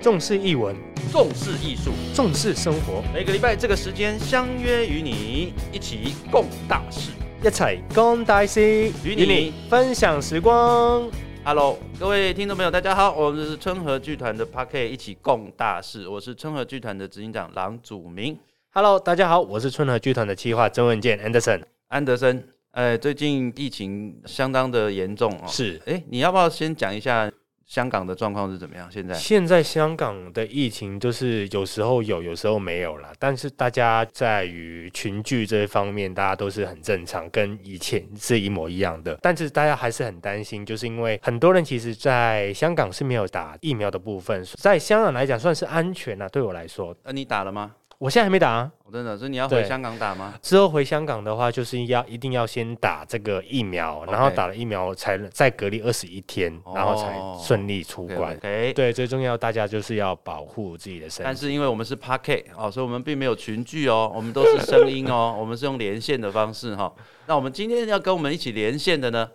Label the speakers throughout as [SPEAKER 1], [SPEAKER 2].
[SPEAKER 1] 重视译文，
[SPEAKER 2] 重视艺术，
[SPEAKER 1] 重视生活，
[SPEAKER 2] 每个礼拜这个时间相约与你一起共大事。
[SPEAKER 1] 一齐干大事，
[SPEAKER 2] 与你
[SPEAKER 1] 分享时光。
[SPEAKER 2] Hello，各位听众朋友，大家好，我们是春和剧团的 Park，一起共大事。我是春和剧团的执行长郎祖明
[SPEAKER 1] Hello，大家好，我是春和剧团的企划曾文健 Anderson。
[SPEAKER 2] 安德森。哎，最近疫情相当的严重哦。
[SPEAKER 1] 是，
[SPEAKER 2] 哎，你要不要先讲一下香港的状况是怎么样？现在
[SPEAKER 1] 现在香港的疫情就是有时候有，有时候没有啦。但是大家在于群聚这方面，大家都是很正常，跟以前是一模一样的。但是大家还是很担心，就是因为很多人其实在香港是没有打疫苗的部分，在香港来讲算是安全啦、对我来说，
[SPEAKER 2] 呃，你打了吗？
[SPEAKER 1] 我现在还没打、啊。
[SPEAKER 2] 我真的，所以你要回
[SPEAKER 1] 对
[SPEAKER 2] 香港打吗？
[SPEAKER 1] 之后回香港的话，就是要一定要先打这个疫苗，然后
[SPEAKER 2] OK
[SPEAKER 1] 打了疫苗才能再隔离二十一天，
[SPEAKER 2] 哦
[SPEAKER 1] 然后才顺利出关。
[SPEAKER 2] OK，
[SPEAKER 1] 对，最重要大家就是要保护自己的身
[SPEAKER 2] 但
[SPEAKER 1] 体。
[SPEAKER 2] 是因为我们是 Park 哦，所以我们并没有群聚哦，我们都是声音 哦，我们是用连线的方式哈、那我们今天要跟我们一起连线的呢，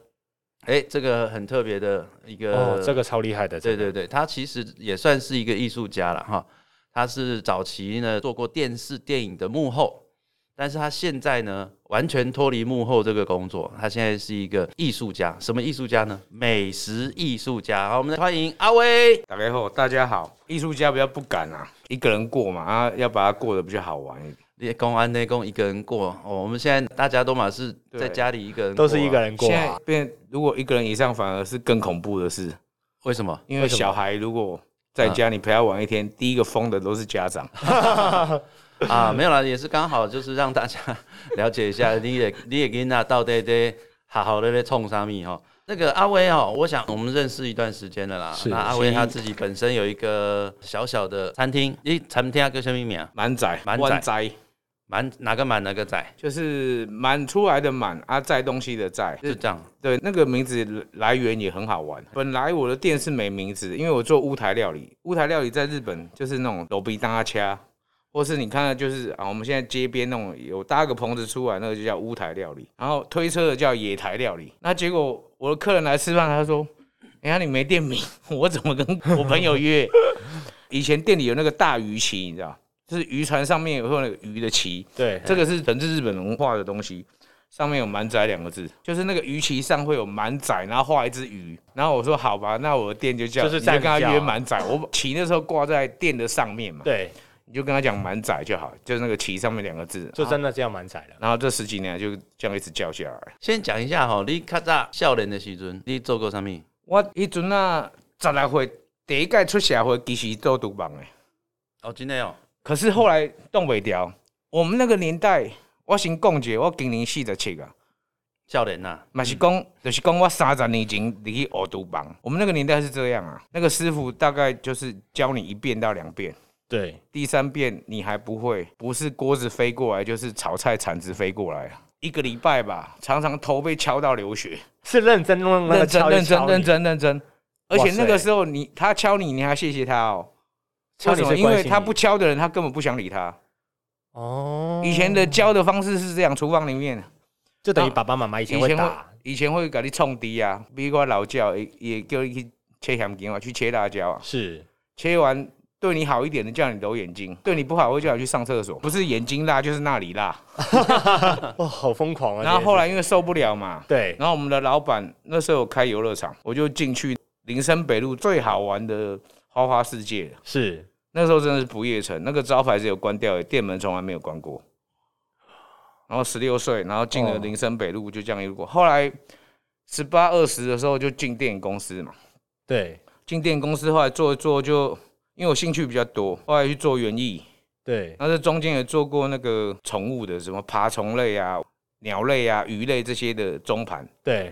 [SPEAKER 2] 哎，这个很特别的一个，
[SPEAKER 1] 哦，这个超厉害的，
[SPEAKER 2] 呃对
[SPEAKER 1] 这
[SPEAKER 2] 对对，他其实也算是一个艺术家了哈、他是早期呢做过电视电影的幕后，但是他现在呢完全脱离幕后这个工作，他现在是一个艺术家，什么艺术家呢？美食艺术家。好，我们来欢迎阿威。
[SPEAKER 3] 打开后，大家好，艺术家比较不敢啊，一个人过嘛，啊，要把它过得比较好玩一点。
[SPEAKER 2] 你公安内公一个人过哦，我们现在大家都嘛是在
[SPEAKER 3] 对
[SPEAKER 2] 家里一个人过
[SPEAKER 1] 都
[SPEAKER 2] 啊、
[SPEAKER 1] 是一个人过
[SPEAKER 3] 现
[SPEAKER 1] 啊、
[SPEAKER 3] 在变，如果一个人以上，反而是更恐怖的事，
[SPEAKER 2] 为什么？
[SPEAKER 3] 因
[SPEAKER 1] 为
[SPEAKER 3] 为
[SPEAKER 1] 什么嗯
[SPEAKER 3] 小孩如果在家里陪他玩一天，第一个疯的都是家长。
[SPEAKER 2] 啊，没有啦，也是刚好就是让大家 了解一下，你也你也跟那到底在好好的在冲啥咪哈。那个阿威哦，我想我们认识一段时间了啦。
[SPEAKER 1] 是
[SPEAKER 2] 那阿威他自己本身有一个小小的餐厅，诶，餐厅叫什么名啊？
[SPEAKER 3] 满载，
[SPEAKER 2] 满载
[SPEAKER 3] 湾载，
[SPEAKER 2] 满哪个满哪个仔？
[SPEAKER 3] 就是满出来的满啊，载东西的载。
[SPEAKER 2] 就这样。
[SPEAKER 3] 对，那个名字来源也很好玩。本来我的店是没名字，因为我做乌台料理。乌台料理在日本就是那种楼比搭掐，或是你看的就是啊，我们现在街边那种有搭个棚子出来，那个就叫乌台料理。然后推车的叫野台料理。那结果我的客人来吃饭，他说：“哎呀，你没店名，我怎么跟我朋
[SPEAKER 1] 嗯
[SPEAKER 3] 友约？”以前店里有那个大鱼旗，你知道，就是渔船上面有会有那个鱼的旗。
[SPEAKER 1] 对，
[SPEAKER 3] 这个是整治日本文化的东西，上面有“满载”两个字，就是那个鱼鳍上会有“满载”，然后画一只鱼。然后我说好吧，那我的店就叫，
[SPEAKER 1] 就是
[SPEAKER 3] 你就跟他
[SPEAKER 1] 这样叫啊
[SPEAKER 3] 约“满载”。我旗那时候挂在店的上面嘛，
[SPEAKER 1] 对，
[SPEAKER 3] 你就跟他讲“满载”就好，就是那个旗上面两个字。
[SPEAKER 1] 就
[SPEAKER 3] 然后
[SPEAKER 1] 真的这样蛮惨的。
[SPEAKER 3] 然后这十几年就这样一直叫下来。
[SPEAKER 2] 先讲一下哈、你较早少年的时阵，你做过啥咪？
[SPEAKER 3] 我迄阵啊，十来岁第一届出社会，其实做独梦的，
[SPEAKER 2] 哦，真的哦，
[SPEAKER 3] 可是后来动不掉。我们那个年代，我先讲者，我今年四十七啊。
[SPEAKER 2] 少年呐、
[SPEAKER 3] 嘛是讲，就是讲我三十年前你去学厨房，我们那个年代是这样啊，那个师傅大概就是教你一遍到两遍，
[SPEAKER 1] 对，
[SPEAKER 3] 第三遍你还不会，不是锅子飞过来，就是炒菜铲子飞过来啊，一个礼拜吧，常常头被敲到流血，
[SPEAKER 1] 是认真弄那个
[SPEAKER 3] 认真
[SPEAKER 1] 敲一
[SPEAKER 3] 认
[SPEAKER 1] 敲
[SPEAKER 3] 真
[SPEAKER 1] 你
[SPEAKER 3] 认，真认真，而且那
[SPEAKER 1] 哇
[SPEAKER 3] 个
[SPEAKER 1] 塞
[SPEAKER 3] 时候你他敲你，你还谢谢他哦。
[SPEAKER 1] 敲
[SPEAKER 3] 为
[SPEAKER 1] 你
[SPEAKER 3] 什
[SPEAKER 1] 是
[SPEAKER 3] 么？因
[SPEAKER 1] 关
[SPEAKER 3] 为
[SPEAKER 1] 心
[SPEAKER 3] 他
[SPEAKER 1] 你
[SPEAKER 3] 不敲的人，他根本不想理他。
[SPEAKER 1] 哦，
[SPEAKER 3] 以前的教的方式是这样，厨房里面，
[SPEAKER 1] 就等于爸爸妈妈以前会打，
[SPEAKER 3] 以前会给你冲低啊，比如我老教也也叫你去切咸姜啊，去切辣椒啊，
[SPEAKER 1] 是
[SPEAKER 3] 切完对你好一点的叫你揉眼睛，对你不好会叫你去上厕所，不是眼睛辣就是那里辣。
[SPEAKER 1] 哇，好疯狂啊！
[SPEAKER 3] 然后后
[SPEAKER 1] 来
[SPEAKER 3] 来因为受不了嘛，
[SPEAKER 1] 对，
[SPEAKER 3] 然后我们的老板那时候有开游乐场，我就进去林森北路最好玩的花花世界了。
[SPEAKER 1] 是
[SPEAKER 3] 那时候真的是不夜城，那个招牌是有关掉的，店门从来没有关过。然后十六岁，然后进
[SPEAKER 1] 哦
[SPEAKER 3] 了林森北路，就这样一路过。后来十八二十的时候就进电影公司嘛，
[SPEAKER 1] 对
[SPEAKER 3] 进电影公司后来做一做就，因为我兴趣比较多，后来去做园艺，
[SPEAKER 1] 对
[SPEAKER 3] 那这中间也做过那个宠物的，什么爬虫类啊、鸟类啊、鱼类这些的中盘。
[SPEAKER 1] 对，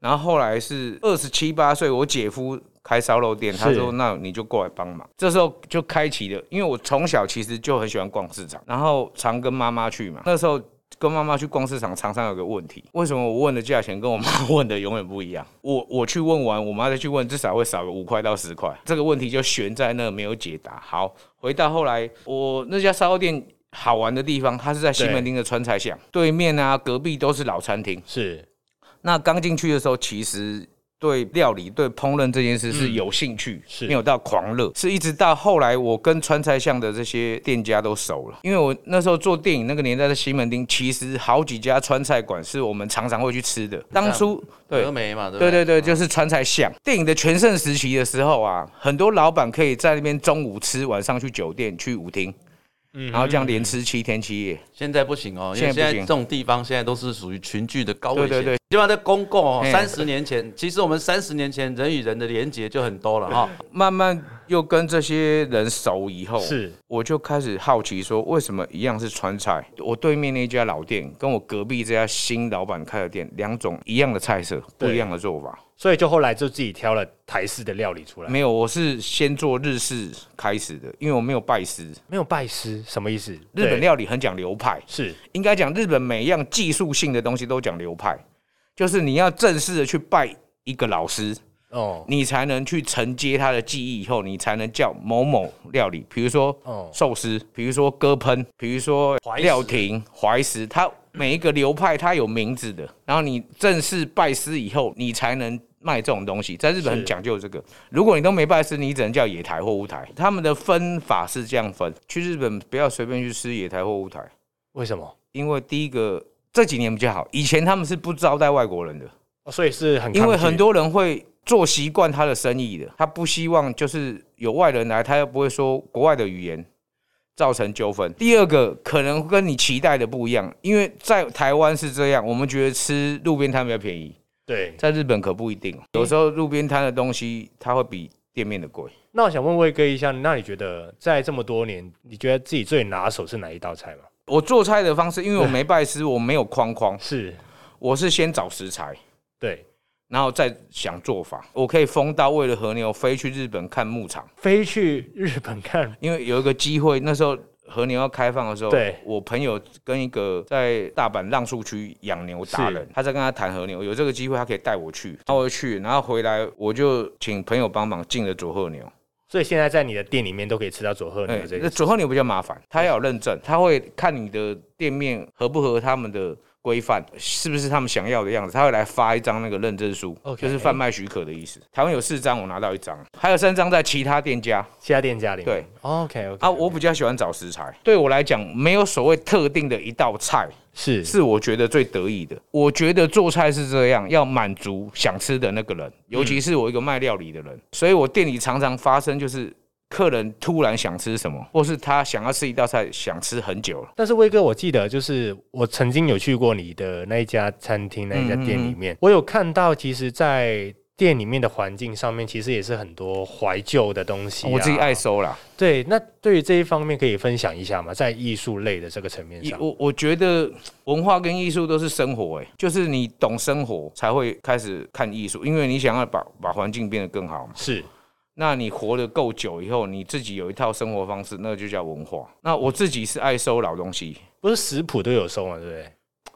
[SPEAKER 3] 然后后来是二十七八岁，我姐夫开烧肉店，他
[SPEAKER 1] 是
[SPEAKER 3] 说那你就过来帮忙。这时候就开启了，因为我从小其实就很喜欢逛市场，然后常跟妈妈去嘛。那时候跟妈妈去逛市场，常常有个问题，为什么我问的价钱跟我妈问的永远不一样？我我去问完，我妈再去问，至少会少个五块到十块。这个问题就悬在那没有解答。好，回到后来，我那家烧肉店。好玩的地方，它是在西门町的川菜巷对面啊，隔壁都是老餐厅。
[SPEAKER 1] 是
[SPEAKER 3] 那刚进去的时候，其实对料理、对烹饪这件事是
[SPEAKER 1] 嗯
[SPEAKER 3] 有兴趣，
[SPEAKER 1] 是
[SPEAKER 3] 没有到狂热，是一直到后来我跟川菜巷的这些店家都熟了，因为我那时候做电影那个年代的西门町，其实好几家川菜馆是我们常常会去吃的。当初对
[SPEAKER 2] 峨眉嘛，对不
[SPEAKER 3] 对对对，
[SPEAKER 2] 嗯
[SPEAKER 3] 就是川菜巷。电影的全盛时期的时候啊，很多老板可以在那边中午吃，晚上去酒店、去舞厅，
[SPEAKER 1] 嗯
[SPEAKER 3] 然后这样连吃七天七夜。
[SPEAKER 2] 现在不行哦，因为现
[SPEAKER 3] 现在
[SPEAKER 2] 在
[SPEAKER 3] 不行
[SPEAKER 2] 这种地方现在都是属于群聚的高危险。
[SPEAKER 3] 对对对，
[SPEAKER 2] 基本上在公共哦，
[SPEAKER 3] 嗯
[SPEAKER 2] 三十年前，其实我们三十年前人与人的连接就很多了哈。
[SPEAKER 3] 慢慢又跟这些人熟以后，
[SPEAKER 1] 是
[SPEAKER 3] 我就开始好奇说，为什么一样是川菜，我对面那家老店跟我隔壁这家新老板开的店，两种一样的菜色，不
[SPEAKER 1] 对
[SPEAKER 3] 一样的做法。
[SPEAKER 1] 所以就后来就自己挑了台式的料理出来，
[SPEAKER 3] 没有，我是先做日式开始的，因为我没有拜师。
[SPEAKER 1] 没有拜师什么意思？
[SPEAKER 3] 日本
[SPEAKER 1] 对
[SPEAKER 3] 料理很讲流派，
[SPEAKER 1] 是
[SPEAKER 3] 应该讲日本每一样技术性的东西都讲流派，就是你要正式的去拜一个老师，
[SPEAKER 1] 哦
[SPEAKER 3] 你才能去承接他的技艺，以后你才能叫某某料理，比如说
[SPEAKER 1] 哦
[SPEAKER 3] 寿司，比如说鸽喷，比如说
[SPEAKER 1] 怀石
[SPEAKER 3] 料亭、怀石，它每一个流派它有名字的，然后你正式拜师以后，你才能。卖这种东西，在日本很
[SPEAKER 1] 是
[SPEAKER 3] 讲究这个。如果你都没拜师，你只能叫野台或乌台。他们的分法是这样分：去日本不要随便去吃野台或乌台，
[SPEAKER 1] 为什么？
[SPEAKER 3] 因为第一个这几年比较好，以前他们是不招待外国人的，
[SPEAKER 1] 哦所以是很
[SPEAKER 3] 因为
[SPEAKER 1] 抗拒
[SPEAKER 3] 很多人会做习惯他的生意的，他不希望就是有外人来，他又不会说国外的语言，造成纠纷。第二个可能跟你期待的不一样，因为在台湾是这样，我们觉得吃路边摊比较便宜，
[SPEAKER 1] 对。
[SPEAKER 3] 在日本可不一定，有时候路边摊的东西它会比店面的贵。
[SPEAKER 1] 那我想问魏哥一下，那你觉得在这么多年，你觉得自己最拿手是哪一道菜吗？
[SPEAKER 3] 我做菜的方式，因为我没拜师，我没有框框，
[SPEAKER 1] 是，
[SPEAKER 3] 我是先找食材。
[SPEAKER 1] 对，
[SPEAKER 3] 然后再想做法。我可以封到为了和牛飞去日本看牧场，
[SPEAKER 1] 飞去日本看，
[SPEAKER 3] 因为有一个机会，那时候和牛要开放的时候，
[SPEAKER 1] 对
[SPEAKER 3] 我朋友跟一个在大阪浪速区养牛达人
[SPEAKER 1] 是，
[SPEAKER 3] 他在跟他谈和牛，有这个机会他可以带我去，然后我就去，然后回来我就请朋友帮忙进了佐贺牛。
[SPEAKER 1] 所以现在在你的店里面都可以吃到佐贺
[SPEAKER 3] 哎
[SPEAKER 1] 牛这
[SPEAKER 3] 那
[SPEAKER 1] 个，
[SPEAKER 3] 佐贺牛比较麻烦，他要有认证，他会看你的店面合不合他们的。规范是不是他们想要的样子？他会来发一张那个认证书
[SPEAKER 1] OK
[SPEAKER 3] 就是贩卖许可的意思。台湾有四张，我拿到一张，还有三张在其他店家。
[SPEAKER 1] 其他店家里面
[SPEAKER 3] 对
[SPEAKER 1] ，OK OK
[SPEAKER 3] 啊，我比较喜欢找食材。对我来讲，没有所谓特定的一道菜
[SPEAKER 1] 是
[SPEAKER 3] 是我觉得最得意的。我觉得做菜是这样，要满足想吃的那个人，尤其是我一个卖料理的人，所以我店里常常发生就是客人突然想吃什么，或是他想要吃一道菜，想吃很久了。
[SPEAKER 1] 但是威哥，我记得就是我曾经有去过你的那一家餐厅、那一家店里面，我有看到，其实，在店里面的环境上面，其实也是很多怀旧的东西、啊。
[SPEAKER 3] 我自己爱。收啦，
[SPEAKER 1] 对，那对于这一方面可以分享一下吗？在艺术类的这个层面上，
[SPEAKER 3] 我我觉得文化跟艺术都是生活、欸，就是你懂生活才会开始看艺术，因为你想要把把环境变得更好嘛。
[SPEAKER 1] 是
[SPEAKER 3] 那你活得够久以后，你自己有一套生活方式，那就叫文化。那我自己是爱收老东西，
[SPEAKER 1] 不是食谱都有收啊嘛？对不对？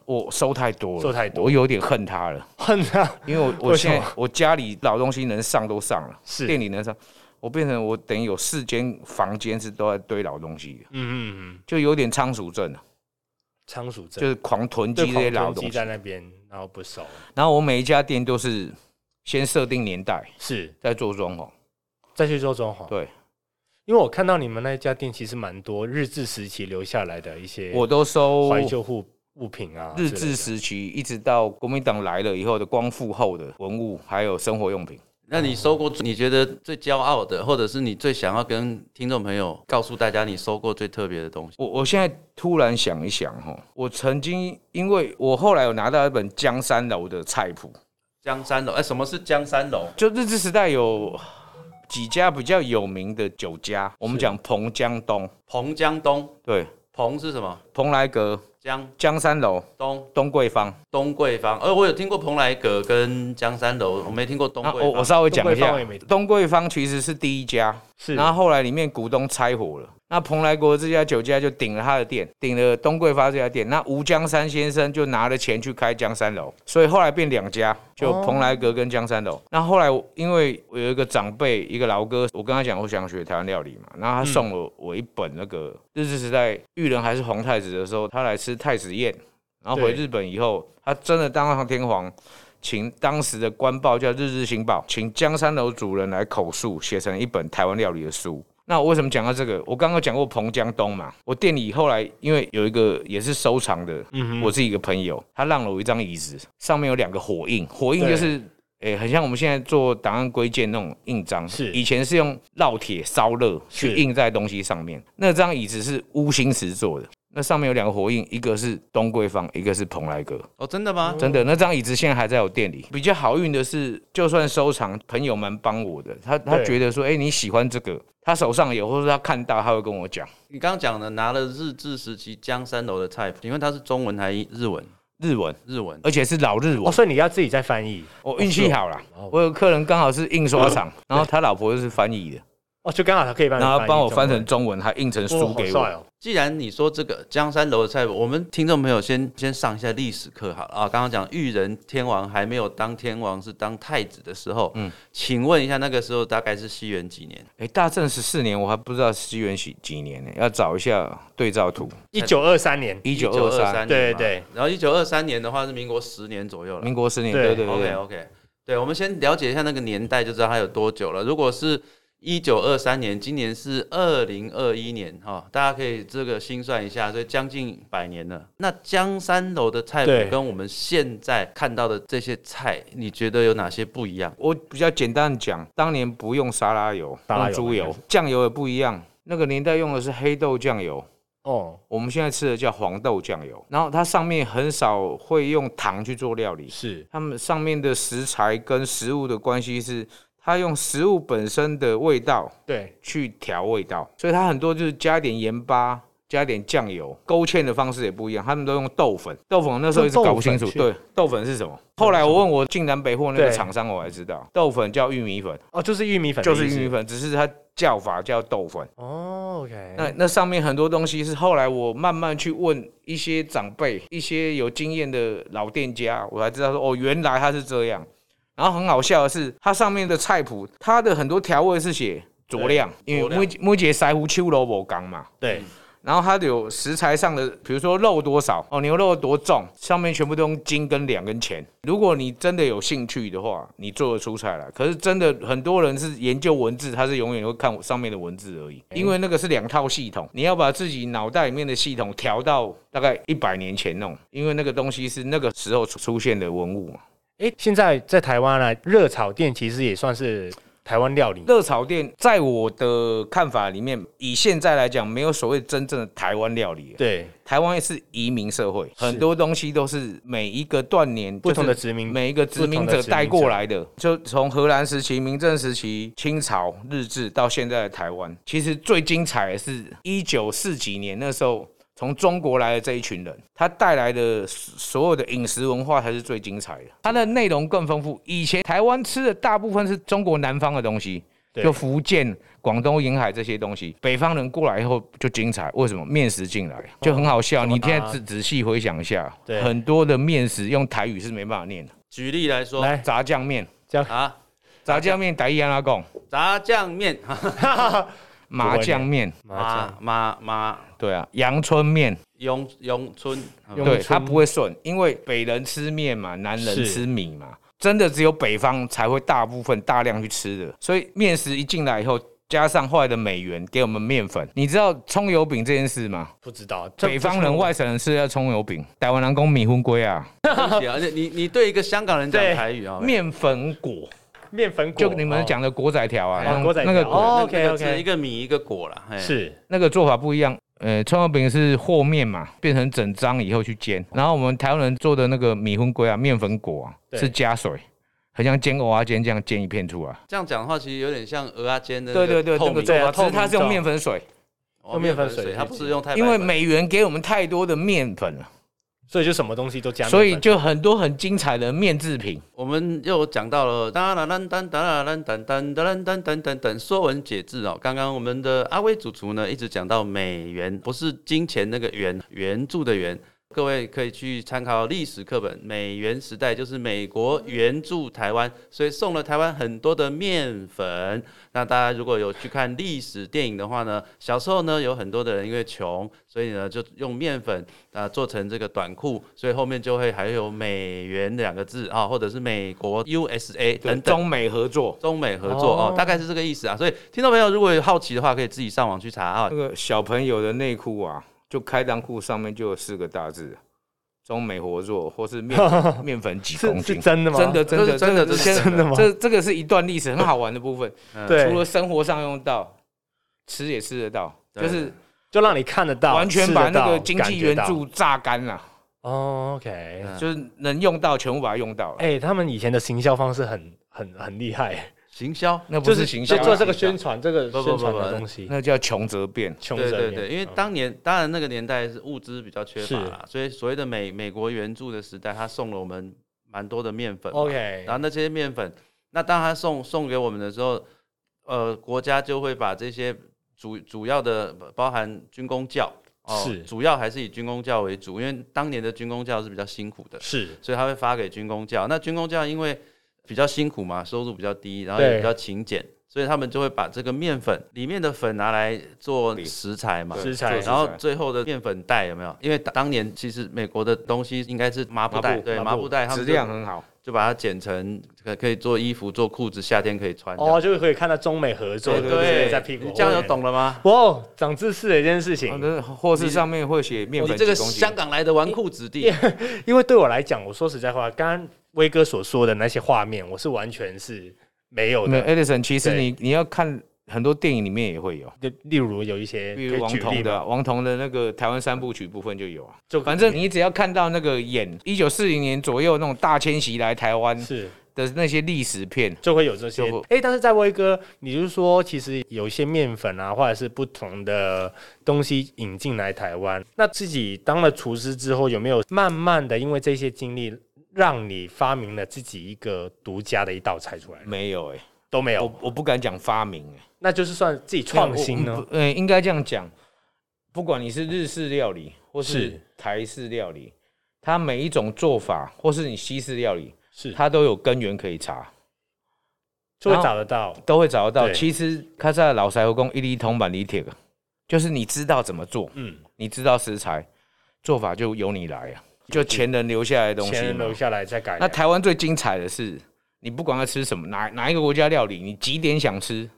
[SPEAKER 3] 我收太多了，
[SPEAKER 1] 收太多
[SPEAKER 3] 我有点恨它了，
[SPEAKER 1] 很啊，
[SPEAKER 3] 因为我我
[SPEAKER 1] 为什
[SPEAKER 3] 现
[SPEAKER 1] 么
[SPEAKER 3] 在我家里老东西能上都上了，
[SPEAKER 1] 是，
[SPEAKER 3] 店里能上，我变成我等于有四间房间是都在堆老东西的，
[SPEAKER 1] 嗯嗯嗯，
[SPEAKER 3] 就有点仓鼠症了，
[SPEAKER 1] 仓鼠症
[SPEAKER 3] 就是狂囤积
[SPEAKER 1] 对
[SPEAKER 3] 这
[SPEAKER 1] 狂
[SPEAKER 3] 些老
[SPEAKER 1] 囤
[SPEAKER 3] 东
[SPEAKER 1] 积
[SPEAKER 3] 西
[SPEAKER 1] 在。那边，然后不熟，
[SPEAKER 3] 然后我每一家店都是先设定年代，
[SPEAKER 1] 是
[SPEAKER 3] 再做装
[SPEAKER 1] 哦
[SPEAKER 3] 潢。
[SPEAKER 1] 再去做装潢。
[SPEAKER 3] 对，
[SPEAKER 1] 因为我看到你们那一家店其实蛮多日治时期留下来的一些
[SPEAKER 3] 我都收
[SPEAKER 1] 怀旧物物品啊之类
[SPEAKER 3] 哦日
[SPEAKER 1] 的，
[SPEAKER 3] 治时期一直到国民党来了以后的光复后的文物，还有生活用品。
[SPEAKER 2] 那你收过你觉得最骄傲的，或者是你最想要跟听众朋友告诉大家你收过最特别的东西？
[SPEAKER 3] 我我现在突然想一想哈，我曾经因为我后来有拿到一本江山楼的菜谱，
[SPEAKER 2] 江山楼，哎、什么是江山楼？
[SPEAKER 3] 就日治时代有几家比较有名的酒家，我们讲彭江东，
[SPEAKER 2] 彭江东，
[SPEAKER 3] 对，
[SPEAKER 2] 彭是什么？
[SPEAKER 3] 蓬莱阁、
[SPEAKER 2] 江
[SPEAKER 3] 江山楼、
[SPEAKER 2] 东
[SPEAKER 3] 东桂坊。
[SPEAKER 2] 东桂坊。呃，我有听过蓬莱阁跟江山楼，我没听过东
[SPEAKER 3] 那
[SPEAKER 2] 桂
[SPEAKER 3] 啊我
[SPEAKER 2] 坊。
[SPEAKER 3] 我稍微讲一
[SPEAKER 1] 东桂坊
[SPEAKER 3] 下
[SPEAKER 1] 我也没，
[SPEAKER 3] 东桂坊其实是第一家，
[SPEAKER 1] 是
[SPEAKER 3] 然后后来里面股东拆伙了，那蓬莱国这家酒家就顶了他的店，顶了东桂发这家店，那吴江山先生就拿了钱去开江山楼，所以后来变两家，就
[SPEAKER 1] 哦
[SPEAKER 3] 蓬莱阁跟江山楼。那后来我因为我有一个长辈，一个老哥，我跟他讲我想学台湾料理嘛，然
[SPEAKER 1] 嗯
[SPEAKER 3] 后他送了我一本那个日治时代裕仁还是皇太子的时候，他来吃太子宴，然后
[SPEAKER 1] 对
[SPEAKER 3] 回日本以后，他真的当上天皇。请当时的官报叫《日日新报》，请江山楼主人来口述，写成一本台湾料理的书。那我为什么讲到这个？我刚刚讲过彭江东嘛，我店里后来因为有一个也是收藏的，
[SPEAKER 1] 嗯
[SPEAKER 3] 我是一个朋友，他让了我一张椅子，上面有两个火印，火印
[SPEAKER 1] 对
[SPEAKER 3] 就是。诶、很像我们现在做档案归建那种印章，
[SPEAKER 1] 是
[SPEAKER 3] 以前是用烙铁烧热去
[SPEAKER 1] 是
[SPEAKER 3] 印在东西上面。那张椅子是钨心石做的，那上面有两个火印，一个是东桂坊，一个是蓬莱阁。
[SPEAKER 2] 哦，真的吗？
[SPEAKER 3] 真的，那张椅子现在还在我店里。比较好运的是，就算收藏，朋友们帮我的，他他
[SPEAKER 1] 对
[SPEAKER 3] 觉得说，哎、你喜欢这个，他手上有，或者他看到，他会跟我讲
[SPEAKER 2] 你刚刚讲的拿了日治时期江山楼的菜谱，请问它是中文还是日文？
[SPEAKER 3] 日文，
[SPEAKER 2] 日文呃
[SPEAKER 3] 而且是老日
[SPEAKER 1] 哦，
[SPEAKER 3] 文。
[SPEAKER 1] 所以你要自己再翻译
[SPEAKER 3] 我运气好啦
[SPEAKER 1] 哦，
[SPEAKER 3] 我有客人刚好是印 刷厂，然后他老婆就是翻译的，
[SPEAKER 1] 哦，就刚好他可以帮你
[SPEAKER 3] 然
[SPEAKER 1] 译中文，
[SPEAKER 3] 后帮我翻成中文，还印成书给
[SPEAKER 1] 哇好
[SPEAKER 3] 我
[SPEAKER 1] 帅。哦。
[SPEAKER 2] 既然你说这个江山楼的菜谱，我们听众朋友先先上一下历史课好了啊。刚刚讲裕仁天王还没有当天王，是当太子的时候，嗯，请问一下那个时候大概是西元几年？
[SPEAKER 3] 哎、大正十四年，我还不知道西元几几年呢、要找一下对照图。
[SPEAKER 1] 一九二三年，
[SPEAKER 3] 一九二
[SPEAKER 2] 1923
[SPEAKER 3] 三，
[SPEAKER 2] 年
[SPEAKER 1] 对
[SPEAKER 2] 嘛
[SPEAKER 1] 对。
[SPEAKER 2] 然后一九二三年的话是民国十年左右了
[SPEAKER 3] 民。国十年，
[SPEAKER 1] 对
[SPEAKER 3] 对对对
[SPEAKER 2] OK
[SPEAKER 3] 对，
[SPEAKER 2] OK，对，我们先了解一下那个年代，就知道它有多久了。如果是一九二三年，今年是二零二一年哈、大家可以这个心算一下，所以将近百年了。那江山楼的菜
[SPEAKER 1] 对
[SPEAKER 2] 谱跟我们现在看到的这些菜，你觉得有哪些不一样？
[SPEAKER 3] 我比较简单地讲，当年不用沙拉油，
[SPEAKER 1] 沙拉
[SPEAKER 3] 用
[SPEAKER 1] 油
[SPEAKER 3] 猪
[SPEAKER 1] 应
[SPEAKER 3] 油
[SPEAKER 1] 该，
[SPEAKER 3] 酱油也不一样。那个年代用的是黑豆酱油，
[SPEAKER 1] 哦，
[SPEAKER 3] 我们现在吃的叫黄豆酱油。然后它上面很少会用糖去做料理，
[SPEAKER 1] 是
[SPEAKER 3] 它们上面的食材跟食物的关系是，它用食物本身的味道
[SPEAKER 1] 对，
[SPEAKER 3] 去调味道，所以它很多就是加一点盐巴。加一点酱油，勾芡的方式也不一样，他们都用豆粉。豆粉我那时候一直搞不清楚，
[SPEAKER 1] 用豆
[SPEAKER 3] 对，豆粉是什么？后来我问我晋南北货那个
[SPEAKER 1] 对
[SPEAKER 3] 厂商，我才知道，豆粉叫玉米粉，
[SPEAKER 1] 哦，就是玉米粉的
[SPEAKER 3] 就
[SPEAKER 1] 意思，
[SPEAKER 3] 是玉米粉，只是它叫法叫豆粉。
[SPEAKER 1] 哦，OK，
[SPEAKER 3] 那那上面很多东西是后来我慢慢去问一些长辈、一些有经验的老店家，我才知道说哦，原来它是这样。然后很好笑的是，它上面的菜谱，它的很多调味是写佐料，因
[SPEAKER 2] 佐
[SPEAKER 3] 为
[SPEAKER 2] 料
[SPEAKER 3] 每每节腮胡秋萝卜干嘛。
[SPEAKER 1] 对，
[SPEAKER 3] 然后它有食材上的，比如说肉多少哦，牛肉多重，上面全部都用斤跟两跟钱。如果你真的有兴趣的话，你做得出菜来。可是真的很多人是研究文字，他是永远会看上面的文字而已，因为那个是两套系统，你要把自己脑袋里面的系统调到大概一百年前弄，因为那个东西是那个时候出出现的文物嘛。
[SPEAKER 1] 哎，现在在台湾呢，热炒店其实也算是台湾料理，
[SPEAKER 3] 热炒店在我的看法里面，以现在来讲，没有所谓真正的台湾料理。
[SPEAKER 1] 对，
[SPEAKER 3] 台湾是移民社会，
[SPEAKER 1] 是
[SPEAKER 3] 很多东西都是每一个断年
[SPEAKER 1] 不同的
[SPEAKER 3] 就是
[SPEAKER 1] 殖民
[SPEAKER 3] 每一个殖民者带过来的，就从荷兰时期、明郑时期、清朝、日治到现在的台湾，其实最精彩的是一九四几年那时候。从中国来的这一群人，他带来的所有的饮食文化才是最精彩的，它的内容更丰富。以前台湾吃的大部分是中国南方的东西，
[SPEAKER 1] 对
[SPEAKER 3] 就福建、广东沿海这些东西，北方人过来以后就精彩。为什么面食进来就很好
[SPEAKER 1] 哦
[SPEAKER 3] 笑？
[SPEAKER 1] 怎么
[SPEAKER 3] 你现在
[SPEAKER 1] 搭
[SPEAKER 3] 仔仔细回想一下，
[SPEAKER 1] 对
[SPEAKER 3] 很多的面食用台语是没办法念的。
[SPEAKER 2] 举例来说，
[SPEAKER 1] 来
[SPEAKER 3] 炸酱面，
[SPEAKER 2] 啊，
[SPEAKER 3] 炸酱面台语安怎讲？
[SPEAKER 2] 炸酱面、
[SPEAKER 3] 麻酱面，
[SPEAKER 1] 麻
[SPEAKER 2] 麻
[SPEAKER 3] 啊
[SPEAKER 1] 酱
[SPEAKER 2] 麻麻
[SPEAKER 3] 对啊，阳春面，
[SPEAKER 2] 永永春，
[SPEAKER 1] 永
[SPEAKER 2] 嗯
[SPEAKER 1] 春
[SPEAKER 3] 对，它不会顺，因为北人吃面嘛，南人
[SPEAKER 1] 是
[SPEAKER 3] 吃米嘛，真的只有北方才会大部分大量去吃的，所以面食一进来以后。加上后来的美元给我们面粉，你知道葱油饼这件事吗？
[SPEAKER 1] 不知道，这
[SPEAKER 3] 北方人、
[SPEAKER 1] 不是
[SPEAKER 3] 外省人吃的叫葱油饼，台湾人讲米粉龟啊，
[SPEAKER 2] 对不起啊，你你你对一个香港人讲
[SPEAKER 1] 对
[SPEAKER 2] 台语啊，
[SPEAKER 3] 面粉果，
[SPEAKER 1] 面粉果，
[SPEAKER 3] 就你们讲的果仔条啊，
[SPEAKER 1] 哦
[SPEAKER 3] 那种
[SPEAKER 1] 锅哦仔
[SPEAKER 3] 那个
[SPEAKER 1] 条
[SPEAKER 3] 果
[SPEAKER 1] 哦
[SPEAKER 2] 那
[SPEAKER 1] ，OK
[SPEAKER 2] 那个是一
[SPEAKER 1] OK，
[SPEAKER 2] 个米一个果啦，嘿
[SPEAKER 1] 哦是
[SPEAKER 3] 那个做法不一样。呃，葱油饼是和面嘛，变成整张以后去煎。然后我们台湾人做的那个米粉龟啊、面粉果啊，
[SPEAKER 1] 对
[SPEAKER 3] 是加水，很像煎蚵仔啊煎这样煎一片出来。
[SPEAKER 2] 这样讲的话，其实有点像鹅啊煎的那
[SPEAKER 3] 对对对，
[SPEAKER 2] 透
[SPEAKER 3] 那个
[SPEAKER 2] 明
[SPEAKER 1] 对
[SPEAKER 3] 做
[SPEAKER 1] 啊
[SPEAKER 3] 法，只是它是用
[SPEAKER 1] 透明
[SPEAKER 3] 面粉水，
[SPEAKER 2] 哦
[SPEAKER 1] 用
[SPEAKER 2] 面
[SPEAKER 1] 面
[SPEAKER 2] 粉
[SPEAKER 1] 粉
[SPEAKER 2] 水，
[SPEAKER 1] 水
[SPEAKER 2] 它不是用太白
[SPEAKER 3] 因为
[SPEAKER 2] 粉
[SPEAKER 3] 美元给我们太多的面粉了，
[SPEAKER 1] 所以就什么东西都加面粉，
[SPEAKER 3] 所以就很多很精彩的面制品。
[SPEAKER 2] 我们又讲到了哒啦啦哒哒啦啦哒哒哒啦哒哒哒哒，《说文解字》哦。刚刚我们的阿威主厨呢，一直讲到美元，不是金钱那个元，援助的援。各位可以去参考历史课本，美元时代就是美国援助台湾，所以送了台湾很多的面粉。那大家如果有去看历史电影的话呢，小时候呢有很多的人因为穷，所以呢就用面粉啊、做成这个短裤，所以后面就会还有美元两个字啊，或者是美国 USA
[SPEAKER 3] 对
[SPEAKER 2] 等等。
[SPEAKER 3] 中美合作，
[SPEAKER 2] 中美合作哦
[SPEAKER 1] 哦
[SPEAKER 2] 大概是这个意思啊。所以听众朋友如果有好奇的话，可以自己上网去查啊
[SPEAKER 3] 那。个小朋友的内裤啊，就开裆裤上面就有四个大字。中美合作，或是面 粉面粉几公
[SPEAKER 1] 是是
[SPEAKER 3] 斤，
[SPEAKER 1] 真的吗？
[SPEAKER 3] 真的
[SPEAKER 2] 这
[SPEAKER 3] 真
[SPEAKER 2] 是
[SPEAKER 3] 的
[SPEAKER 2] 真的
[SPEAKER 3] 这个
[SPEAKER 2] 这是
[SPEAKER 1] 真的吗
[SPEAKER 3] 这这个是一段历史很好玩的部分，
[SPEAKER 2] 嗯
[SPEAKER 1] 对，
[SPEAKER 3] 除了生活上用到，吃也吃得到，
[SPEAKER 2] 对
[SPEAKER 3] 就是
[SPEAKER 1] 就让你看得到，
[SPEAKER 3] 完全把
[SPEAKER 1] 吃得
[SPEAKER 3] 那
[SPEAKER 1] 到
[SPEAKER 3] 个经济援。
[SPEAKER 1] 感觉
[SPEAKER 3] 助榨干了，
[SPEAKER 1] 到哦，OK，
[SPEAKER 2] 嗯
[SPEAKER 3] 就是能用到全部把它用到了。
[SPEAKER 1] 哎、他们以前的行销方式很很很厉害，
[SPEAKER 2] 行销，
[SPEAKER 3] 那不
[SPEAKER 1] 就是
[SPEAKER 3] 行销
[SPEAKER 1] 就
[SPEAKER 3] 啊，
[SPEAKER 1] 做这个宣传，这个
[SPEAKER 2] 不不
[SPEAKER 1] 宣传
[SPEAKER 2] 不
[SPEAKER 1] 的
[SPEAKER 2] 不
[SPEAKER 1] 东西。
[SPEAKER 3] 那叫穷则变。
[SPEAKER 1] 穷
[SPEAKER 2] 对
[SPEAKER 1] 人
[SPEAKER 2] 对
[SPEAKER 1] 也
[SPEAKER 2] 对，因为
[SPEAKER 1] 嗯
[SPEAKER 2] 当年当然那个年代是物资比较缺乏
[SPEAKER 1] 是
[SPEAKER 2] 啦，所以所谓的美美国援助的时代，他送了我们蛮多的面粉嘛
[SPEAKER 1] OK，
[SPEAKER 2] 然后那些面粉，那当他送送给我们的时候，呃，国家就会把这些主主要的包含军工教，哦、
[SPEAKER 1] 是
[SPEAKER 2] 主要还是以军工教为主，因为当年的军工教是比较辛苦的，
[SPEAKER 1] 是
[SPEAKER 2] 所以他会发给军工教。那军工教因为比较辛苦嘛，收入比较低，然后也
[SPEAKER 1] 对
[SPEAKER 2] 比较勤俭，所以他们就会把这个面粉里面的粉拿来做
[SPEAKER 3] 对
[SPEAKER 2] 食材嘛。
[SPEAKER 1] 食材
[SPEAKER 3] 做
[SPEAKER 2] 然后最后的面粉袋有没有？因为当当年其实美国的东西应该是麻布袋，
[SPEAKER 3] 麻布
[SPEAKER 2] 对
[SPEAKER 1] 麻布
[SPEAKER 2] 麻布袋，他
[SPEAKER 3] 质
[SPEAKER 2] 们
[SPEAKER 3] 量
[SPEAKER 2] 就
[SPEAKER 3] 很好，
[SPEAKER 2] 就把它剪成可可以做衣服、做裤子，夏天可以穿这样。
[SPEAKER 3] 哎
[SPEAKER 1] 哦，就是可以看到中美合作，
[SPEAKER 2] 对
[SPEAKER 1] 对
[SPEAKER 2] 对
[SPEAKER 1] 不
[SPEAKER 2] 对，
[SPEAKER 1] 在屁股
[SPEAKER 2] 你这样有
[SPEAKER 1] 后面
[SPEAKER 2] 懂了吗？
[SPEAKER 1] 哇哦，长知识的一件事
[SPEAKER 3] 啊
[SPEAKER 1] 情。
[SPEAKER 3] 那或是上面会写面
[SPEAKER 2] 哦你
[SPEAKER 3] 粉
[SPEAKER 2] 这个
[SPEAKER 3] 几公斤
[SPEAKER 2] 香港来的纨绔子弟，
[SPEAKER 1] 因为对我来讲，我说实在话，刚刚威哥所说的那些画面，我是完全是没有
[SPEAKER 3] 没有哎
[SPEAKER 1] 的。
[SPEAKER 3] Edison，其实
[SPEAKER 1] 对
[SPEAKER 3] 你你要看很多电影里面也会有，
[SPEAKER 1] 就例如有一些，
[SPEAKER 3] 比
[SPEAKER 1] 可
[SPEAKER 3] 如
[SPEAKER 1] 以
[SPEAKER 3] 王
[SPEAKER 1] 举例
[SPEAKER 3] 彤的
[SPEAKER 1] 吗？
[SPEAKER 3] 啊王彤的那个台湾三部曲部分就有啊。
[SPEAKER 1] 就
[SPEAKER 3] 反正你只要看到那个演一九四零年左右那种大迁徙来台湾
[SPEAKER 1] 是
[SPEAKER 3] 的那些历史片，
[SPEAKER 1] 就会有这些
[SPEAKER 3] 就会。
[SPEAKER 1] 哎、但是在威哥，你就是说，其实有一些面粉啊，或者是不同的东西引进来台湾，那自己当了厨师之后，有没有慢慢的因为这些经历，让你发明了自己一个独家的一道菜出来？
[SPEAKER 3] 没有哎、
[SPEAKER 1] 都没有
[SPEAKER 3] 我，我不敢讲发明哎、
[SPEAKER 1] 那就是算自己创新
[SPEAKER 3] 我
[SPEAKER 1] 呢？？
[SPEAKER 3] 我呃，应该这样讲，不管你是日式料理或
[SPEAKER 1] 是
[SPEAKER 3] 是台式料理，它每一种做法，或是你西式料理，
[SPEAKER 1] 是，
[SPEAKER 3] 它都有根源可以查，
[SPEAKER 1] 就会找得到。
[SPEAKER 3] 都会找得到。
[SPEAKER 1] 对
[SPEAKER 3] 其实它在老柴油工一粒铜板里铁个，就是你知道怎么做，
[SPEAKER 1] 嗯，
[SPEAKER 3] 你知道食材，做法就由你来啊，就前人留下来的东
[SPEAKER 1] 前
[SPEAKER 3] 西
[SPEAKER 1] 人
[SPEAKER 3] 嘛
[SPEAKER 1] 留。下来再改良。
[SPEAKER 3] 那台湾最精彩的是，你不管要吃什么，哪哪一个国家料理，你几点想吃，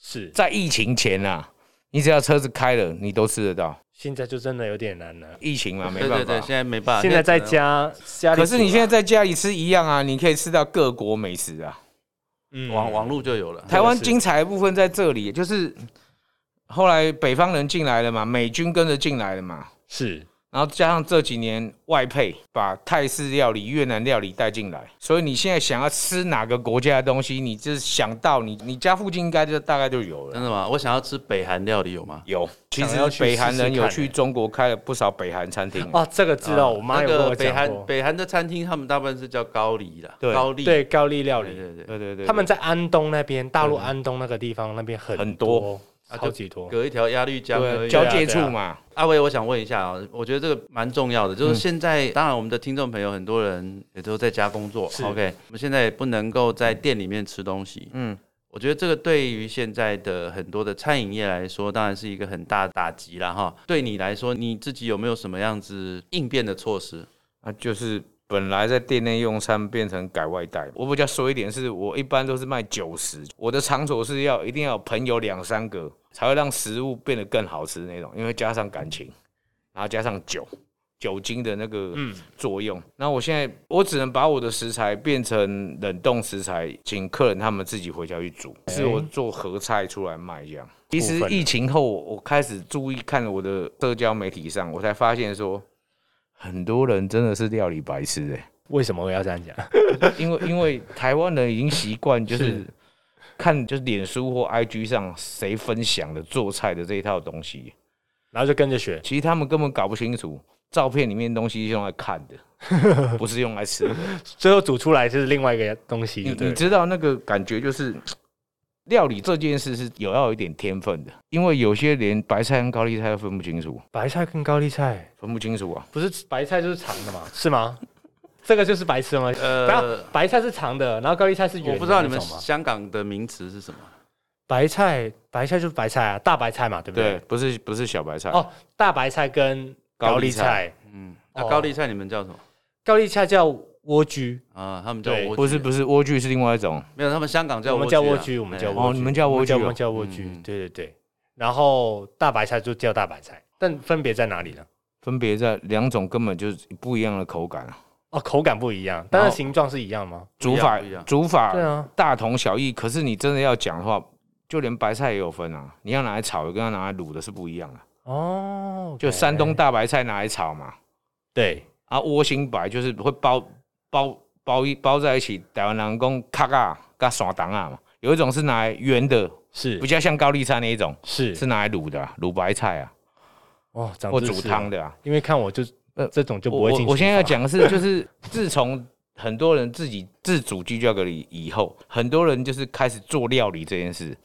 [SPEAKER 1] 是
[SPEAKER 3] 在疫情前啊，你只要车子开了，你都吃得到。
[SPEAKER 1] 现在就真的有点难了。
[SPEAKER 3] 疫情 嘛，没
[SPEAKER 2] 对对
[SPEAKER 3] 办
[SPEAKER 2] 对，
[SPEAKER 3] 法。
[SPEAKER 2] 现在没
[SPEAKER 3] 啊
[SPEAKER 2] 办法。
[SPEAKER 1] 现在在
[SPEAKER 2] 只能，
[SPEAKER 1] 家家里煮啊，
[SPEAKER 3] 可是你现在在家里吃一样啊，你可以吃到各国美食啊。
[SPEAKER 1] 嗯
[SPEAKER 2] 网网络就有了。
[SPEAKER 3] 台湾精彩的部分在这里，就是后来北方人进来了嘛，美军跟着进来了嘛，
[SPEAKER 1] 是
[SPEAKER 3] 然后加上这几年外配，把泰式料理、越南料理带进来，所以你现在想要吃哪个国家的东西，你就是想到你你家附近应该就大概就有了
[SPEAKER 2] 真。的吗？我想要吃北韩料理，有吗？
[SPEAKER 3] 有，其
[SPEAKER 1] 想
[SPEAKER 3] 实
[SPEAKER 1] 要去
[SPEAKER 3] 北韩
[SPEAKER 1] 试
[SPEAKER 3] 人
[SPEAKER 1] 试
[SPEAKER 3] 有
[SPEAKER 1] 看
[SPEAKER 3] 去
[SPEAKER 1] 欸
[SPEAKER 3] 中国开了不少北韩餐厅。
[SPEAKER 1] 哦，这个知
[SPEAKER 3] 啊
[SPEAKER 1] 道，我妈
[SPEAKER 2] 啊那
[SPEAKER 1] 有跟
[SPEAKER 2] 个
[SPEAKER 1] 我
[SPEAKER 2] 北
[SPEAKER 1] 讲
[SPEAKER 2] 韩
[SPEAKER 1] 过。
[SPEAKER 2] 北韩的餐厅，他们大部分是叫高丽啦，
[SPEAKER 3] 对
[SPEAKER 2] 高丽，
[SPEAKER 1] 对高丽料
[SPEAKER 2] 对
[SPEAKER 1] 理，
[SPEAKER 2] 对对，嗯
[SPEAKER 3] 对对对，
[SPEAKER 1] 他们在安东那边，大陆安东那个地方那边很
[SPEAKER 3] 很
[SPEAKER 1] 多
[SPEAKER 3] 多，
[SPEAKER 2] 啊
[SPEAKER 1] 超
[SPEAKER 2] 就
[SPEAKER 1] 级多。
[SPEAKER 2] 隔一条鸭绿江而
[SPEAKER 3] 对
[SPEAKER 2] 已。
[SPEAKER 3] 交
[SPEAKER 1] 对啊
[SPEAKER 3] 界
[SPEAKER 1] 对
[SPEAKER 3] 处
[SPEAKER 1] 啊
[SPEAKER 3] 嘛，
[SPEAKER 2] 阿威，我想问一下啊，我觉得这个蛮重要的，就是现在，当然我们的听众朋友很多人也都在家工作
[SPEAKER 1] 是
[SPEAKER 2] ，OK，我们现在也不能够在店里面吃东西，嗯
[SPEAKER 3] 嗯，
[SPEAKER 2] 我觉得这个对于现在的很多的餐饮业来说，当然是一个很大的打击啦。哈。对你来说，你自己有没有什么样子应变的措施？
[SPEAKER 3] 啊，就是本来在店内用餐变成改外带。我比较说一点是，我一般都是卖九十，我的场所是要一定要有朋友两三个，才会让食物变得更好吃那种，因为加上感情，然后加上酒。酒精的那个
[SPEAKER 1] 嗯
[SPEAKER 3] 作用，那我现在我只能把我的食材变成冷冻食材，请客人他们自己回家去煮，
[SPEAKER 1] 哎
[SPEAKER 3] 是我做合菜出来卖这样。其实
[SPEAKER 1] 分
[SPEAKER 3] 疫情后，我我开始注意看我的社交媒体上，我才发现说，很多人真的是料理白痴哎、
[SPEAKER 1] 为什么我要这样讲？
[SPEAKER 3] 因为因为台湾人已经习惯就是是看就是脸书或 IG 上谁分享的做菜的这一套东西，
[SPEAKER 1] 然后就跟着学，
[SPEAKER 3] 其实他们根本搞不清楚照片里面的东西是用来看的， 不是用来吃的。
[SPEAKER 2] 嗯
[SPEAKER 1] 最后煮出来就是另外一个东西
[SPEAKER 3] 你
[SPEAKER 1] 就对
[SPEAKER 3] 你
[SPEAKER 1] 了，
[SPEAKER 3] 知道那个感觉就是料理这件事是有要有一点天分的，因为有些连白菜跟高丽菜都分不清楚，
[SPEAKER 1] 白菜跟高丽菜
[SPEAKER 3] 分不清楚啊。
[SPEAKER 1] 不是白菜就是长的嘛，是吗？这个就是白痴吗？然后
[SPEAKER 2] 呃，
[SPEAKER 1] 白菜是长的，然后高丽菜是圆的那种吗。
[SPEAKER 2] 我不知道你们香港的名词是什么。
[SPEAKER 1] 白菜，白菜就是白菜啊，大白菜嘛，对不对？
[SPEAKER 3] 对，不是不是小白菜，
[SPEAKER 1] 哦大白菜跟高丽菜，
[SPEAKER 2] 嗯，那
[SPEAKER 1] 哦
[SPEAKER 2] 高丽菜你们叫什么？
[SPEAKER 1] 高丽菜叫莴苣，
[SPEAKER 2] 啊，他们叫
[SPEAKER 1] 对
[SPEAKER 2] 莴苣
[SPEAKER 3] 不是不是莴苣是另外一种，
[SPEAKER 2] 没有，他们香港叫
[SPEAKER 1] 我们
[SPEAKER 2] 莴
[SPEAKER 1] 叫
[SPEAKER 2] 苣
[SPEAKER 1] 莴
[SPEAKER 2] 啊
[SPEAKER 1] 苣，我们叫
[SPEAKER 2] 哎
[SPEAKER 1] 莴
[SPEAKER 3] 哦
[SPEAKER 1] 苣
[SPEAKER 3] 你们叫莴
[SPEAKER 1] 我们叫
[SPEAKER 3] 苣哦
[SPEAKER 1] 我们叫莴苣，
[SPEAKER 2] 嗯
[SPEAKER 1] 对对对。然后大白菜就叫大白菜，但分别在哪里呢？
[SPEAKER 3] 分别在两种根本就是不一样的口感啊。
[SPEAKER 1] 哦，口感不一样，但
[SPEAKER 3] 然
[SPEAKER 1] 是
[SPEAKER 3] 后
[SPEAKER 1] 形状是一样吗？
[SPEAKER 2] 不一
[SPEAKER 3] 煮
[SPEAKER 2] 样
[SPEAKER 3] 法
[SPEAKER 2] 不一样
[SPEAKER 3] 煮法
[SPEAKER 1] 对啊，
[SPEAKER 3] 大同小异，可是你真的要讲的话，就连白菜也有分啊。你要拿来炒，跟要拿来卤的是不一样的。
[SPEAKER 1] 哦，
[SPEAKER 3] 就
[SPEAKER 1] OK
[SPEAKER 3] 山东大白菜拿来炒嘛，
[SPEAKER 1] 对，
[SPEAKER 3] 啊，窝心白就是会包包包一包在一起，台湾人讲卡啊，跟山糖啊嘛。有一种是拿来圆的，
[SPEAKER 1] 是
[SPEAKER 3] 比较像高丽菜那一种，
[SPEAKER 1] 是
[SPEAKER 3] 是拿来卤的、啊，卤白菜啊，
[SPEAKER 1] 哦，长
[SPEAKER 3] 或
[SPEAKER 1] 知
[SPEAKER 3] 煮
[SPEAKER 1] 识
[SPEAKER 3] 汤
[SPEAKER 1] 了，
[SPEAKER 3] 的啊。
[SPEAKER 1] 因为看我就
[SPEAKER 3] 呃
[SPEAKER 1] 这种就
[SPEAKER 3] 我
[SPEAKER 1] 不会进
[SPEAKER 3] 我
[SPEAKER 1] 厨
[SPEAKER 3] 我现在要
[SPEAKER 1] 房
[SPEAKER 3] 讲的 是，就是自从很多人自己自主居家隔离以后，很多人就是开始做料理这件事，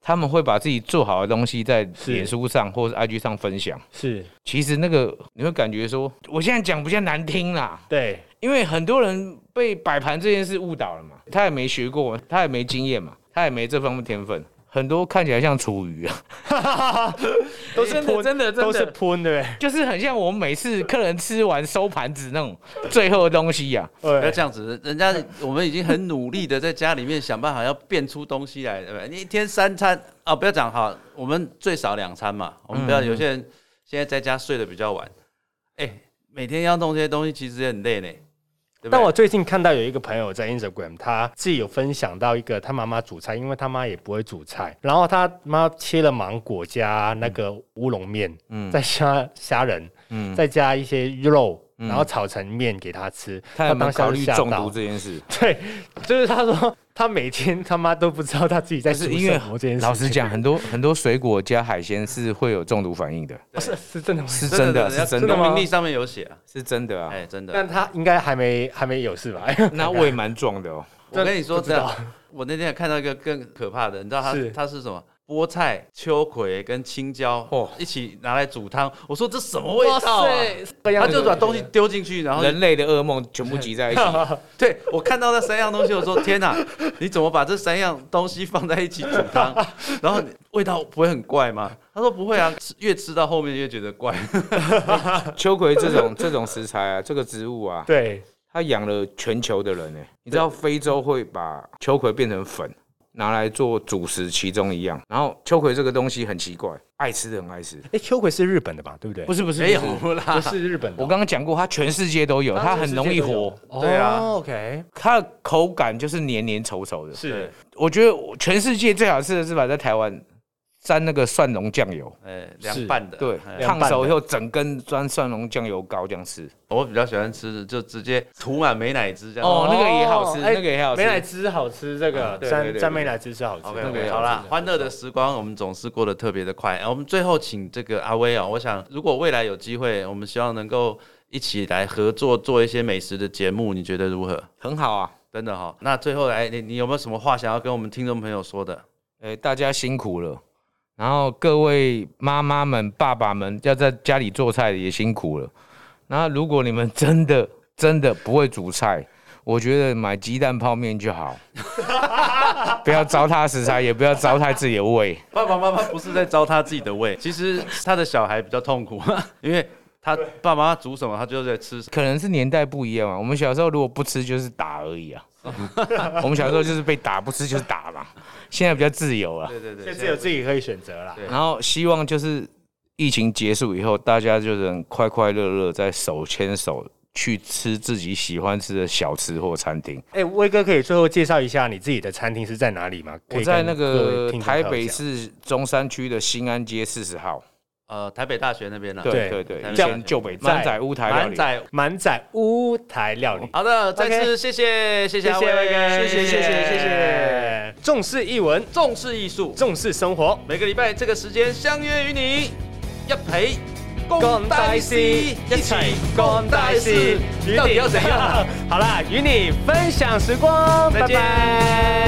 [SPEAKER 3] 他们会把自己做好的东西在
[SPEAKER 1] 是
[SPEAKER 3] 脸书上或是 IG 上分享。
[SPEAKER 1] 是
[SPEAKER 3] 其实那个你会感觉说，我现在讲比较难听啦，
[SPEAKER 1] 对
[SPEAKER 3] 因为很多人被摆盘这件事误导了嘛，他也没学过，他也没经验嘛，他也没这方面天分，很多看起来像厨余啊，
[SPEAKER 1] 都是
[SPEAKER 3] 真的
[SPEAKER 1] 喷
[SPEAKER 3] 真的真的
[SPEAKER 1] 都是喷对不
[SPEAKER 3] 就是很像我们每次客人吃完收盘子那种最后的东西啊呀、
[SPEAKER 1] 对，
[SPEAKER 2] 不要这样子，人家我们已经很努力的在家里面想办法要变出东西来，对不对？你一天三餐啊，不要讲好，我们最少两餐嘛。我们不要
[SPEAKER 1] 嗯
[SPEAKER 2] 有些人现在在家睡得比较晚，哎、每天要弄这些东西，其实也很累呢。对不对
[SPEAKER 1] 但我最近看到有一个朋友在 Instagram，他自己有分享到一个他妈妈煮菜，因为他妈也不会煮菜，然后他妈切了芒果加那个乌龙面，嗯，再加虾仁，嗯，再加一些肉，然后炒成面给他吃。
[SPEAKER 3] 嗯他有没
[SPEAKER 1] 当
[SPEAKER 3] 有
[SPEAKER 1] 下
[SPEAKER 3] 考
[SPEAKER 1] 就
[SPEAKER 3] 虑
[SPEAKER 1] 吓
[SPEAKER 3] 中
[SPEAKER 1] 到
[SPEAKER 3] 毒？这 件事？
[SPEAKER 1] 对，就是他说他每天他妈都不知道他自己在
[SPEAKER 3] 但
[SPEAKER 1] 煮
[SPEAKER 3] 是
[SPEAKER 1] 什
[SPEAKER 3] 因为
[SPEAKER 1] 么这件事情。
[SPEAKER 3] 老实讲，很多很多水果加海鲜是会有中毒反应的，
[SPEAKER 1] 哦， 是是真的吗，
[SPEAKER 3] 是真的，是
[SPEAKER 2] 人家
[SPEAKER 3] 真的，
[SPEAKER 2] 农民历上面有写啊，
[SPEAKER 3] 是真的啊
[SPEAKER 2] 哎、。真的。
[SPEAKER 1] 但他应该还没还没有事吧？
[SPEAKER 3] 那我也蛮壮的哦，
[SPEAKER 2] 我跟你说，
[SPEAKER 1] 不知
[SPEAKER 2] 这样
[SPEAKER 1] 道，
[SPEAKER 2] 我那天也看到一个更可怕的，你知道它
[SPEAKER 1] 是
[SPEAKER 2] 它是什么？菠菜、秋葵跟青椒
[SPEAKER 3] 哦
[SPEAKER 2] 一起拿来煮汤，我说这什么味道啊？
[SPEAKER 1] 这样
[SPEAKER 2] 他
[SPEAKER 1] 子
[SPEAKER 2] 就把东西丢进去，然
[SPEAKER 1] 哎
[SPEAKER 2] 后
[SPEAKER 3] 人类的噩梦全部集在一起。
[SPEAKER 2] 对我看到那三样东西，我说天哪，你怎么把这三样东西放在一起煮汤？然后你味道不会很怪吗？他说不会啊，吃越吃到后面越觉得怪。
[SPEAKER 3] 秋葵这种这种食材啊，这个植物啊，
[SPEAKER 1] 对
[SPEAKER 3] 它养了全球的人呢、你知道非洲会把秋葵变成粉，拿来做主食其中一样。然后秋葵这个东西很奇怪，爱吃的很爱吃。
[SPEAKER 1] 哎，秋葵是日本的吧？对不对？
[SPEAKER 3] 不是不是，
[SPEAKER 2] 没有
[SPEAKER 3] 不是
[SPEAKER 1] 不
[SPEAKER 2] 啦，
[SPEAKER 1] 是日本的
[SPEAKER 3] 我
[SPEAKER 1] 哦，
[SPEAKER 3] 刚刚讲过，它全世界都有，哦它很容易活，
[SPEAKER 2] 对啊
[SPEAKER 1] 哦，OK，
[SPEAKER 3] 它的口感就是黏黏稠稠的。
[SPEAKER 2] 对
[SPEAKER 1] 是，
[SPEAKER 3] 我觉得我全世界最好吃的是把在台湾沾那个蒜蓉酱油，
[SPEAKER 2] 哎，凉拌的。
[SPEAKER 3] 对
[SPEAKER 2] 哎，
[SPEAKER 1] 凉拌
[SPEAKER 3] 烫
[SPEAKER 1] 的
[SPEAKER 3] 熟以后整根沾蒜蓉酱油膏这样吃。
[SPEAKER 2] 我比较喜欢吃，就直接涂满美乃滋这样。
[SPEAKER 3] 哦，那个也好吃，
[SPEAKER 1] 哎
[SPEAKER 3] 那个也好吃
[SPEAKER 1] 美。乃滋好吃，这个
[SPEAKER 3] 啊对对
[SPEAKER 1] 蘸
[SPEAKER 3] 对
[SPEAKER 1] 蘸
[SPEAKER 3] 对
[SPEAKER 1] 美乃滋是好吃
[SPEAKER 2] OK，,
[SPEAKER 1] 的。
[SPEAKER 3] 那个也
[SPEAKER 2] o
[SPEAKER 3] 好
[SPEAKER 2] 好啦
[SPEAKER 1] 吃，
[SPEAKER 2] 欢乐的时光我们总是过得特别的快。哎我们最后请这个阿威啊、我想如果未来有机会，我们希望能够一起来合作做一些美食的节目，你觉得如何？
[SPEAKER 3] 很好啊。
[SPEAKER 2] 真的哈、那最后来，你你有没有什么话想要跟我们听众朋友说的？
[SPEAKER 3] 哎、大家辛苦了。然后各位妈妈们、爸爸们要在家里做菜的也辛苦了。然后如果你们真的真的不会煮菜，我觉得买鸡蛋泡面就好， 不要糟蹋食材，也不要糟蹋自己的胃。
[SPEAKER 2] 爸爸妈妈不是在糟蹋自己的胃，其实他的小孩比较痛苦， 因为他爸妈煮什么，他就在吃什
[SPEAKER 3] 可能是年代不一样啊嘛，我们小时候如果不吃就是打而已啊。 我们小时候就是被打，不吃就是打嘛。现在比较自由
[SPEAKER 2] 么。。
[SPEAKER 3] 啊
[SPEAKER 2] 对对对，
[SPEAKER 1] 这只有自己可以选择啦。
[SPEAKER 2] 对
[SPEAKER 3] 然后希望就是疫情结束以后，大家就能快快乐乐在手牵手去吃自己喜欢吃的小吃或餐厅。
[SPEAKER 1] 哎，威哥可以最后介绍一下你自己的餐厅是在哪里吗？可
[SPEAKER 3] 我
[SPEAKER 1] 以
[SPEAKER 3] 在
[SPEAKER 1] 跟
[SPEAKER 3] 那
[SPEAKER 1] 各
[SPEAKER 3] 个
[SPEAKER 1] 位听众啊
[SPEAKER 3] 台
[SPEAKER 1] 朋友
[SPEAKER 3] 北
[SPEAKER 1] 讲
[SPEAKER 3] 市中山区的新安街四十号，
[SPEAKER 2] 呃台北大学那边了。
[SPEAKER 3] 对
[SPEAKER 1] 对
[SPEAKER 3] 对对，
[SPEAKER 2] 台
[SPEAKER 3] 以
[SPEAKER 2] 北
[SPEAKER 3] 前旧北
[SPEAKER 1] 在
[SPEAKER 3] 满仔屋台料
[SPEAKER 2] 满
[SPEAKER 3] 理，
[SPEAKER 2] 载。
[SPEAKER 1] 满载屋台料理。
[SPEAKER 2] 好的，再
[SPEAKER 1] OK
[SPEAKER 2] 次谢谢谢谢阿威
[SPEAKER 1] 威哥
[SPEAKER 2] 谢谢谢谢，。
[SPEAKER 1] 重视译文，
[SPEAKER 2] 重视艺术，
[SPEAKER 1] 重视生活，
[SPEAKER 2] 每个礼拜这个时间相约与你一陪
[SPEAKER 1] 干大事，
[SPEAKER 2] 一起干大事，
[SPEAKER 1] 与
[SPEAKER 2] 到底
[SPEAKER 1] 你
[SPEAKER 2] 要怎样？？
[SPEAKER 1] 好啦，与你分享时光，
[SPEAKER 2] 再
[SPEAKER 1] 拜
[SPEAKER 2] 见
[SPEAKER 1] 拜。